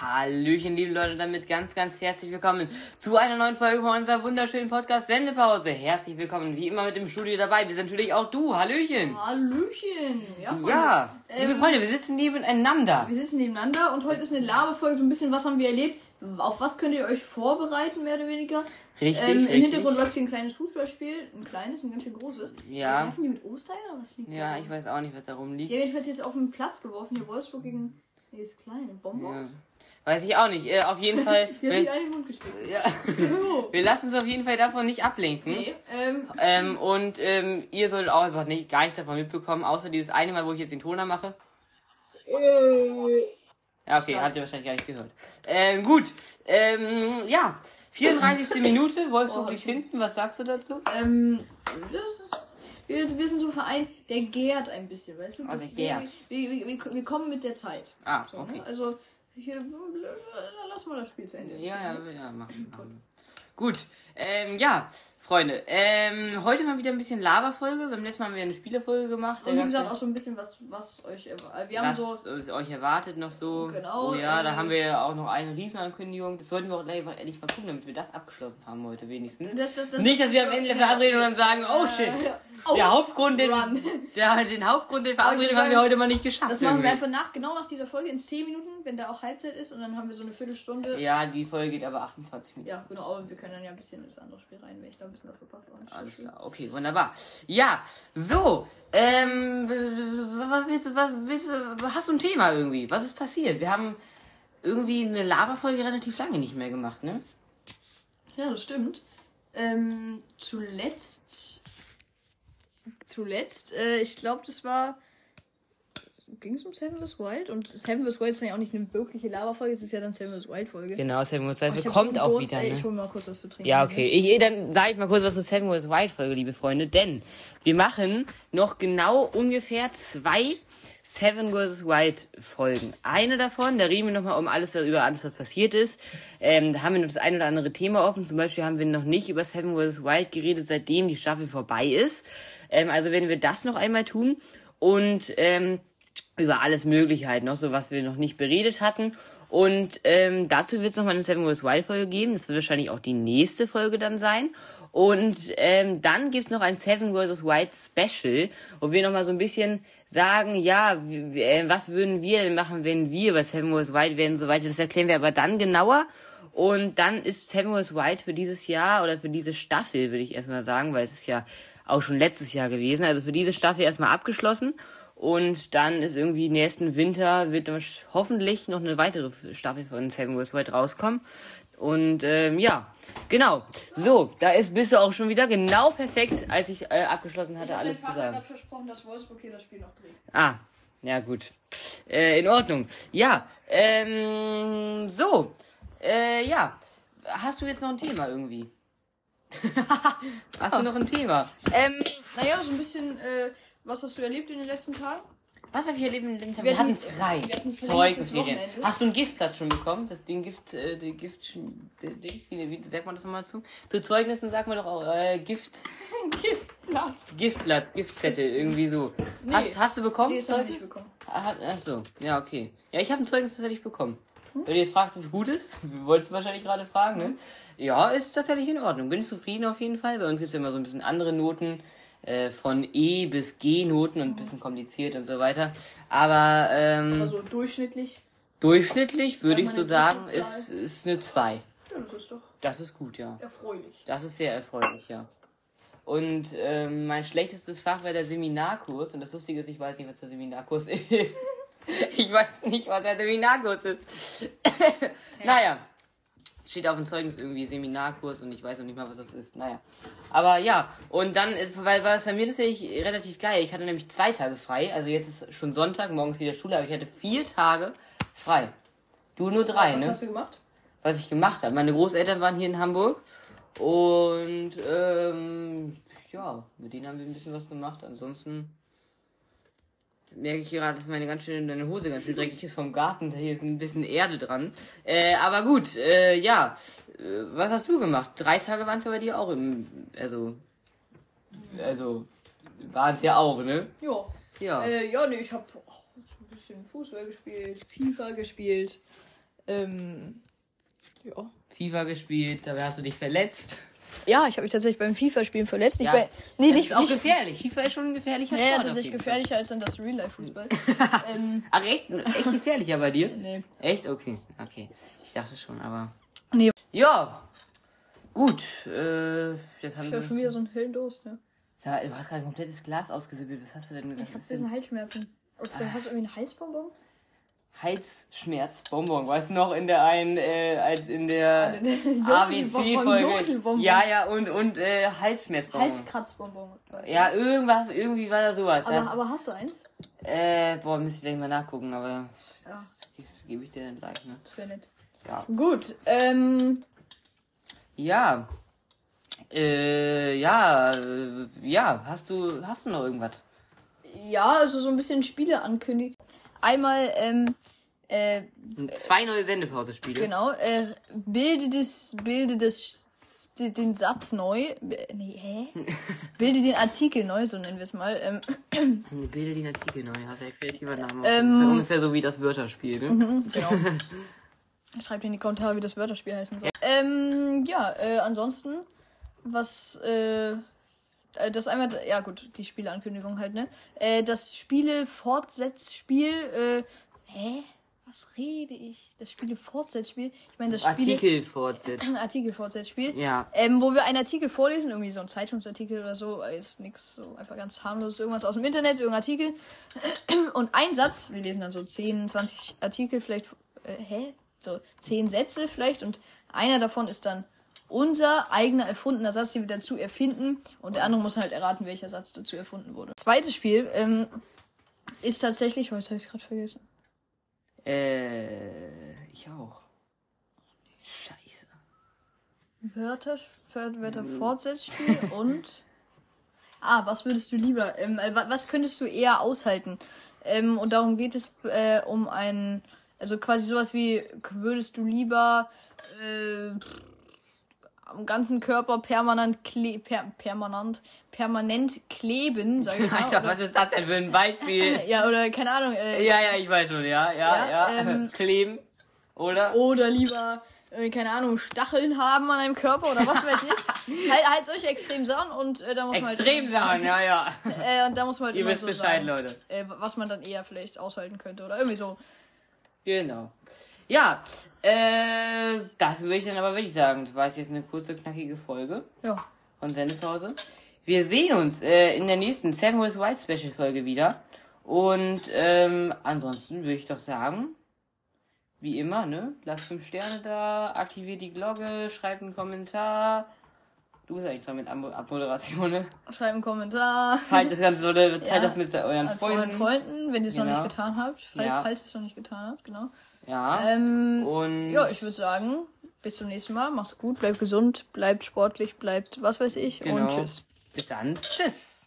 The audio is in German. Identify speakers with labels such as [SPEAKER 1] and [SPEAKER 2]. [SPEAKER 1] Hallöchen, liebe Leute, damit ganz, ganz herzlich willkommen zu einer neuen Folge von unserer wunderschönen Podcast Sendepause. Herzlich willkommen, wie immer mit im Studio dabei. Wir sind natürlich auch du. Hallöchen.
[SPEAKER 2] Hallöchen! Ja, Freunde.
[SPEAKER 1] Ja, liebe
[SPEAKER 2] Ähm,
[SPEAKER 1] Freunde, wir sitzen nebeneinander.
[SPEAKER 2] Wir sitzen nebeneinander und heute ist eine Laberfolge, so ein bisschen, was haben wir erlebt? Auf was könnt ihr euch vorbereiten, mehr oder weniger?
[SPEAKER 1] Richtig,
[SPEAKER 2] ähm, Im
[SPEAKER 1] richtig.
[SPEAKER 2] Hintergrund läuft hier ein kleines Fußballspiel, ein kleines, ein ganz schön großes. Äh,
[SPEAKER 1] Ja.
[SPEAKER 2] Werfen die mit Oster oder was liegt
[SPEAKER 1] Ja,
[SPEAKER 2] da?
[SPEAKER 1] ich weiß auch nicht, was da
[SPEAKER 2] Die
[SPEAKER 1] rumliegt.
[SPEAKER 2] haben jedenfalls jetzt auf den Platz geworfen, hier Wolfsburg gegen. Nee, ist klein, Bonbon.
[SPEAKER 1] Ja. Weiß ich auch nicht. Äh, auf jeden Fall,
[SPEAKER 2] Die hat sich
[SPEAKER 1] wir,
[SPEAKER 2] einen in den Mund gesteckt.
[SPEAKER 1] Ja. Hm?
[SPEAKER 2] So.
[SPEAKER 1] wir lassen uns auf jeden Fall davon nicht ablenken.
[SPEAKER 2] Nee, ähm,
[SPEAKER 1] Ähm, und ähm, ihr solltet auch einfach nicht, gar nichts davon mitbekommen, außer dieses eine Mal, wo ich jetzt den Toner mache.
[SPEAKER 2] äh,
[SPEAKER 1] Ja, okay, habt ihr wahrscheinlich gar nicht gehört. Ähm, gut, ähm, ja, 34. Minute, Wolfsburg
[SPEAKER 2] Oh,
[SPEAKER 1] liegt hinten, was sagst du dazu?
[SPEAKER 2] Ähm, das ist. Wir, wir sind so ein Verein, der gärt ein bisschen, weißt du?
[SPEAKER 1] Oh, der
[SPEAKER 2] Das-
[SPEAKER 1] gärt.
[SPEAKER 2] Wir, wir, wir, wir kommen mit der Zeit.
[SPEAKER 1] Ah,
[SPEAKER 2] So,
[SPEAKER 1] okay.
[SPEAKER 2] ne? Also, hier, lass mal das Spiel zu Ende.
[SPEAKER 1] Ja, ja, ja, machen. machen. Gut, ähm, ja, Freunde, ähm, heute mal wieder ein bisschen Laberfolge. Beim letzten Mal haben wir eine Spielerfolge gemacht.
[SPEAKER 2] Und wie
[SPEAKER 1] Der
[SPEAKER 2] gesagt, auch
[SPEAKER 1] ganze-
[SPEAKER 2] so ein bisschen was, was euch. erwa- Wir haben
[SPEAKER 1] was
[SPEAKER 2] so.
[SPEAKER 1] es euch erwartet noch so.
[SPEAKER 2] Genau,
[SPEAKER 1] Oh ja, da
[SPEAKER 2] ähm,
[SPEAKER 1] haben wir ja auch noch eine Riesenankündigung. Das sollten wir auch gleich mal- ehrlich mal gucken, damit wir das abgeschlossen haben heute wenigstens.
[SPEAKER 2] Das, das, das,
[SPEAKER 1] nicht, dass wir am Ende verabreden und dann sagen, oh shit,
[SPEAKER 2] oh,
[SPEAKER 1] der Hauptgrund, den,
[SPEAKER 2] Run.
[SPEAKER 1] der, den Hauptgrund, den Verabredung
[SPEAKER 2] Aber ich würd
[SPEAKER 1] haben wir
[SPEAKER 2] sagen,
[SPEAKER 1] heute mal nicht geschafft.
[SPEAKER 2] Das machen wir
[SPEAKER 1] irgendwie.
[SPEAKER 2] einfach nach, genau nach dieser Folge in 10 Minuten, wenn da auch Halbzeit ist und dann haben wir so eine Viertelstunde. Ja,
[SPEAKER 1] Ja, die Folge geht aber 28 Minuten.
[SPEAKER 2] genau, aber wir können dann ja ein bisschen das andere Spiel rein, wenn ich da ein bisschen was verpasst habe.
[SPEAKER 1] Alles klar, okay, wunderbar. Ja, so, ähm, was willst du, was willst du, hast du ein Thema irgendwie? Was ist passiert? Wir haben irgendwie eine Lava-Folge relativ lange nicht mehr gemacht, ne?
[SPEAKER 2] Ja, das stimmt. Ähm, zuletzt. Zuletzt, äh, ich glaube, das war. Ging es um Seven vs. Wild? Und Seven vs. Wild ist ja auch nicht eine wirkliche Lava-Folge, es ist ja dann Seven vs. Wild-Folge.
[SPEAKER 1] Genau, Seven Wars
[SPEAKER 2] Aber
[SPEAKER 1] Wild
[SPEAKER 2] Oh, ich hab so einen Durst, ey, Ich hol mir mal kurz was zu trinken.
[SPEAKER 1] ne?
[SPEAKER 2] ne?
[SPEAKER 1] Ja, okay. Ich, eh, dann sage ich mal kurz was zur Seven Wars Wild Folge, liebe Freunde, denn wir machen noch genau ungefähr zwei Seven vs. Wild Folgen. Eine davon, da reden wir nochmal um alles, was- über alles, was passiert ist. Ähm, da haben wir noch das ein oder andere Thema offen. Zum Beispiel haben wir noch nicht über Seven vs. Wild geredet, seitdem die Staffel vorbei ist. Ähm, also werden wir das noch einmal tun. Und ähm, über alles Mögliche halt noch, so was wir noch nicht beredet hatten. Und ähm, dazu wird es nochmal eine Seven Worlds Wild Folge geben. Das wird wahrscheinlich auch die nächste Folge dann sein. Und ähm, dann gibt's noch ein Seven vs. Wild Special, wo wir nochmal so ein bisschen sagen, ja, w- w- äh, was würden wir denn machen, wenn wir bei Seven vs. Wild wären und so weiter. Das erklären wir aber dann genauer. Und dann ist Seven vs. Wild für dieses Jahr oder für diese Staffel, würde ich erstmal sagen, weil es ist ja auch schon letztes Jahr gewesen. Also für diese Staffel erstmal abgeschlossen. Und dann ist irgendwie nächsten Winter wird dann sch- hoffentlich noch eine weitere Staffel von Seven Wars Wild rauskommen. Und ähm, ja, genau. So, da ist bist du auch schon wieder genau perfekt, als ich äh, abgeschlossen hatte, alles zu sagen.
[SPEAKER 2] versprochen, dass Wolfsburg hier das Spiel noch dreht.
[SPEAKER 1] Ah, ja gut. Äh, in Ordnung. Ja, ähm, so. Äh, ja. Hast du jetzt noch ein Thema irgendwie? Hast du noch ein Thema?
[SPEAKER 2] Ähm, naja, so ein bisschen, äh, was hast du erlebt in den letzten Tagen?
[SPEAKER 1] Was habe ich erlebt in den
[SPEAKER 2] Wir
[SPEAKER 1] Wir hatten
[SPEAKER 2] hatten-
[SPEAKER 1] frei.
[SPEAKER 2] wir hatten verlängertes
[SPEAKER 1] Zeug, das wir
[SPEAKER 2] Wochenende.
[SPEAKER 1] reden. Hast du einen Giftplatz schon bekommen? Das den Gift, äh, den Gift, Dings, wie, wie sagt man das nochmal zu? Zu Zeugnissen sagt man doch auch, äh, Gift,
[SPEAKER 2] Platz.
[SPEAKER 1] Giftblatt, Giftzettel, irgendwie so. Hast, hast du bekommen?
[SPEAKER 2] Nee, das habe ich nicht
[SPEAKER 1] Zeugnis?
[SPEAKER 2] bekommen.
[SPEAKER 1] Ah, Ach so, ja, okay. Ja, ich habe ein Zeugnis tatsächlich bekommen. Wenn du jetzt fragst, ob es gut ist, wolltest du wahrscheinlich gerade fragen, ne? Ja, ist tatsächlich in Ordnung. Bin ich zufrieden auf jeden Fall. Bei uns gibt's ja immer so ein bisschen andere Noten. Äh, von E bis G Noten und ein bisschen kompliziert und so weiter. Aber ähm,
[SPEAKER 2] Also durchschnittlich.
[SPEAKER 1] durchschnittlich würde ich
[SPEAKER 2] Sag mal
[SPEAKER 1] so
[SPEAKER 2] eine
[SPEAKER 1] sagen,
[SPEAKER 2] gute Zahl.
[SPEAKER 1] ist, ist eine 2.
[SPEAKER 2] Ja, das ist doch
[SPEAKER 1] Das ist gut, ja.
[SPEAKER 2] erfreulich.
[SPEAKER 1] Das ist sehr erfreulich, ja. Und ähm, mein schlechtestes Fach war der Seminarkurs. Und das Lustige ist, ich weiß nicht, was der Seminarkurs ist. Ich weiß nicht, was der Seminarkurs ist. naja, steht auf dem Zeugnis irgendwie Seminarkurs und ich weiß noch nicht mal, was das ist. Naja. Aber ja, und dann ist- weil, war es bei mir tatsächlich relativ geil. Ich hatte nämlich zwei Tage frei. Also jetzt ist schon Sonntag, morgens wieder Schule, aber ich hatte vier Tage frei. Du nur drei,
[SPEAKER 2] Was
[SPEAKER 1] ne?
[SPEAKER 2] hast du gemacht?
[SPEAKER 1] was ich gemacht habe. Meine Großeltern waren hier in Hamburg und ähm, ja, mit denen haben wir ein bisschen was gemacht. Ansonsten merke ich gerade, dass meine ganz schön deine Hose ganz schön dreckig ist vom Garten. Da hier ist ein bisschen Erde dran. Äh, aber gut, äh, ja. Äh, was hast du gemacht? Drei Tage waren es ja bei dir auch im, also, also waren es ja auch, ne?
[SPEAKER 2] Äh, Ja.
[SPEAKER 1] Ja.
[SPEAKER 2] Äh, ja, nee, ich habe so ein bisschen Fußball gespielt, FIFA gespielt. Ähm, ja.
[SPEAKER 1] FIFA gespielt, dabei hast du dich verletzt.
[SPEAKER 2] ja, ich habe mich tatsächlich beim FIFA-Spielen verletzt. Nicht
[SPEAKER 1] Ja.
[SPEAKER 2] bei, nee,
[SPEAKER 1] das
[SPEAKER 2] nicht,
[SPEAKER 1] ist auch
[SPEAKER 2] nicht,
[SPEAKER 1] gefährlich. FIFA ist schon ein gefährlicher
[SPEAKER 2] Ja,
[SPEAKER 1] Sport.
[SPEAKER 2] ja,
[SPEAKER 1] auf
[SPEAKER 2] tatsächlich
[SPEAKER 1] jeden
[SPEAKER 2] gefährlicher als dann das Real-Life-Fußball. ähm,
[SPEAKER 1] Fall. Ach, echt, echt gefährlicher bei dir?
[SPEAKER 2] nee.
[SPEAKER 1] Echt? Okay. Okay. Ich dachte schon, aber.
[SPEAKER 2] Nee.
[SPEAKER 1] Ja. Gut. Äh, jetzt haben
[SPEAKER 2] Ich höre schon
[SPEAKER 1] wir.
[SPEAKER 2] wieder so einen hellen Durst, ne?
[SPEAKER 1] Sag mal, Du hast gerade ein komplettes Glas ausgesüppelt. Was hast du denn
[SPEAKER 2] Ich habe
[SPEAKER 1] gesagt?
[SPEAKER 2] bisschen Halsschmerzen. Und dann hast du irgendwie einen Halsbonbon?
[SPEAKER 1] Halsschmerzbonbon. Weißt du noch, in der einen, äh, als in
[SPEAKER 2] Ah,
[SPEAKER 1] der ABC-Folge.
[SPEAKER 2] Jodelbonbon.
[SPEAKER 1] Ja, ja, und, und äh, Halsschmerzbonbon.
[SPEAKER 2] Halskratzbonbon.
[SPEAKER 1] ja, irgendwas, irgendwie war da sowas.
[SPEAKER 2] Aber,
[SPEAKER 1] Das,
[SPEAKER 2] aber hast du eins?
[SPEAKER 1] äh, boah, müsste ich gleich mal nachgucken, aber
[SPEAKER 2] Ja,
[SPEAKER 1] das gebe ich dir dann gleich, ne?
[SPEAKER 2] das wäre nett.
[SPEAKER 1] Ja.
[SPEAKER 2] Gut, ähm,
[SPEAKER 1] Ja. Äh, ja, äh, ja, hast du, hast du noch irgendwas?
[SPEAKER 2] ja, also so ein bisschen Spiele ankündigen. Einmal, ähm, äh,
[SPEAKER 1] Zwei neue Sendepause-Spiele.
[SPEAKER 2] genau, äh, bilde das, bilde das, den Satz neu. Äh, Nee, hä? Bilde den Artikel neu, so nennen wir es mal. Ähm,
[SPEAKER 1] Bilde den Artikel neu, ja, sehr kreativer Name.
[SPEAKER 2] Ähm.
[SPEAKER 1] Ungefähr so wie das Wörterspiel, ne?
[SPEAKER 2] Genau. Schreibt in die Kommentare, wie das Wörterspiel heißen soll. Ähm, ja, äh, ansonsten, was, äh, äh, das einmal, ja gut, die Spieleankündigung halt, ne? Äh, das Spiele-Fortsetzspiel, äh, hä? Was rede ich? Das Spiele-Fortsetzspiel? Ich meine, das Spiele...
[SPEAKER 1] Artikel fortsetzen.
[SPEAKER 2] Artikel-Fortsetzspiel.
[SPEAKER 1] Ja.
[SPEAKER 2] Ähm, wo wir einen Artikel vorlesen, irgendwie so ein Zeitungsartikel oder so, äh, ist nix, so einfach ganz harmlos, irgendwas aus dem Internet, irgendein Artikel. Und ein Satz, wir lesen dann so 10, 20 Artikel vielleicht, äh, hä? So 10 Sätze vielleicht und einer davon ist dann unser eigener erfundener Satz, den wir dazu erfinden und der andere muss halt erraten, welcher Satz dazu erfunden wurde. Zweites Spiel ähm, ist tatsächlich, oh, jetzt habe ich es gerade vergessen.
[SPEAKER 1] Äh, ich auch. Scheiße.
[SPEAKER 2] Wörter, Wörter Fortsetzspiel und. Ah, was würdest du lieber? Ähm, äh, wa- was könntest du eher aushalten? Ähm, und darum geht es äh, um ein. Also quasi sowas wie, k- würdest du lieber äh, am ganzen Körper permanent kle per permanent, permanent kleben, sag ich ne? mal.
[SPEAKER 1] Alter,
[SPEAKER 2] oder,
[SPEAKER 1] was ist das denn für ein Beispiel?
[SPEAKER 2] ja, oder keine Ahnung. Äh,
[SPEAKER 1] ja, ja, ich weiß schon, ja, ja, ja.
[SPEAKER 2] Ja, ähm. Oh,
[SPEAKER 1] Kleben. Oder?
[SPEAKER 2] Oder lieber, äh, keine Ahnung, Stacheln haben an einem Körper oder was weiß ich. halt, halt solche extremen Sachen und äh, da muss man halt.
[SPEAKER 1] Extrem sagen, ja, ja.
[SPEAKER 2] Äh, und da muss man halt
[SPEAKER 1] Ihr
[SPEAKER 2] immer
[SPEAKER 1] wisst
[SPEAKER 2] so
[SPEAKER 1] Bescheid,
[SPEAKER 2] sagen,
[SPEAKER 1] Leute.
[SPEAKER 2] Äh, was man dann eher vielleicht aushalten könnte oder irgendwie so.
[SPEAKER 1] Genau. Ja, äh, das würde ich dann aber wirklich sagen. Das war jetzt eine kurze, knackige Folge
[SPEAKER 2] Ja.
[SPEAKER 1] von Sendepause. Wir sehen uns äh, in der nächsten Seven with White Special Folge wieder. Und ähm, ansonsten würde ich doch sagen, wie immer, ne? Lasst fünf Sterne da, aktiviert die Glocke, schreibt einen Kommentar. Du bist eigentlich dran mit Ab- Abmoderation, ne?
[SPEAKER 2] Schreibt einen Kommentar.
[SPEAKER 1] Teilt das Ganze, Leute, teilt
[SPEAKER 2] Ja. Also
[SPEAKER 1] das mit euren
[SPEAKER 2] An
[SPEAKER 1] Freunden.
[SPEAKER 2] euren Freunden, wenn ihr es noch
[SPEAKER 1] Genau.
[SPEAKER 2] nicht getan habt. Falls,
[SPEAKER 1] Ja.
[SPEAKER 2] falls ihr es noch nicht getan habt, genau.
[SPEAKER 1] Ja.
[SPEAKER 2] Ähm,
[SPEAKER 1] Und
[SPEAKER 2] ja, ich würde sagen, bis zum nächsten Mal. Macht's gut, bleibt gesund, bleibt sportlich, bleibt was weiß ich
[SPEAKER 1] genau.
[SPEAKER 2] und tschüss.
[SPEAKER 1] Bis dann. Tschüss.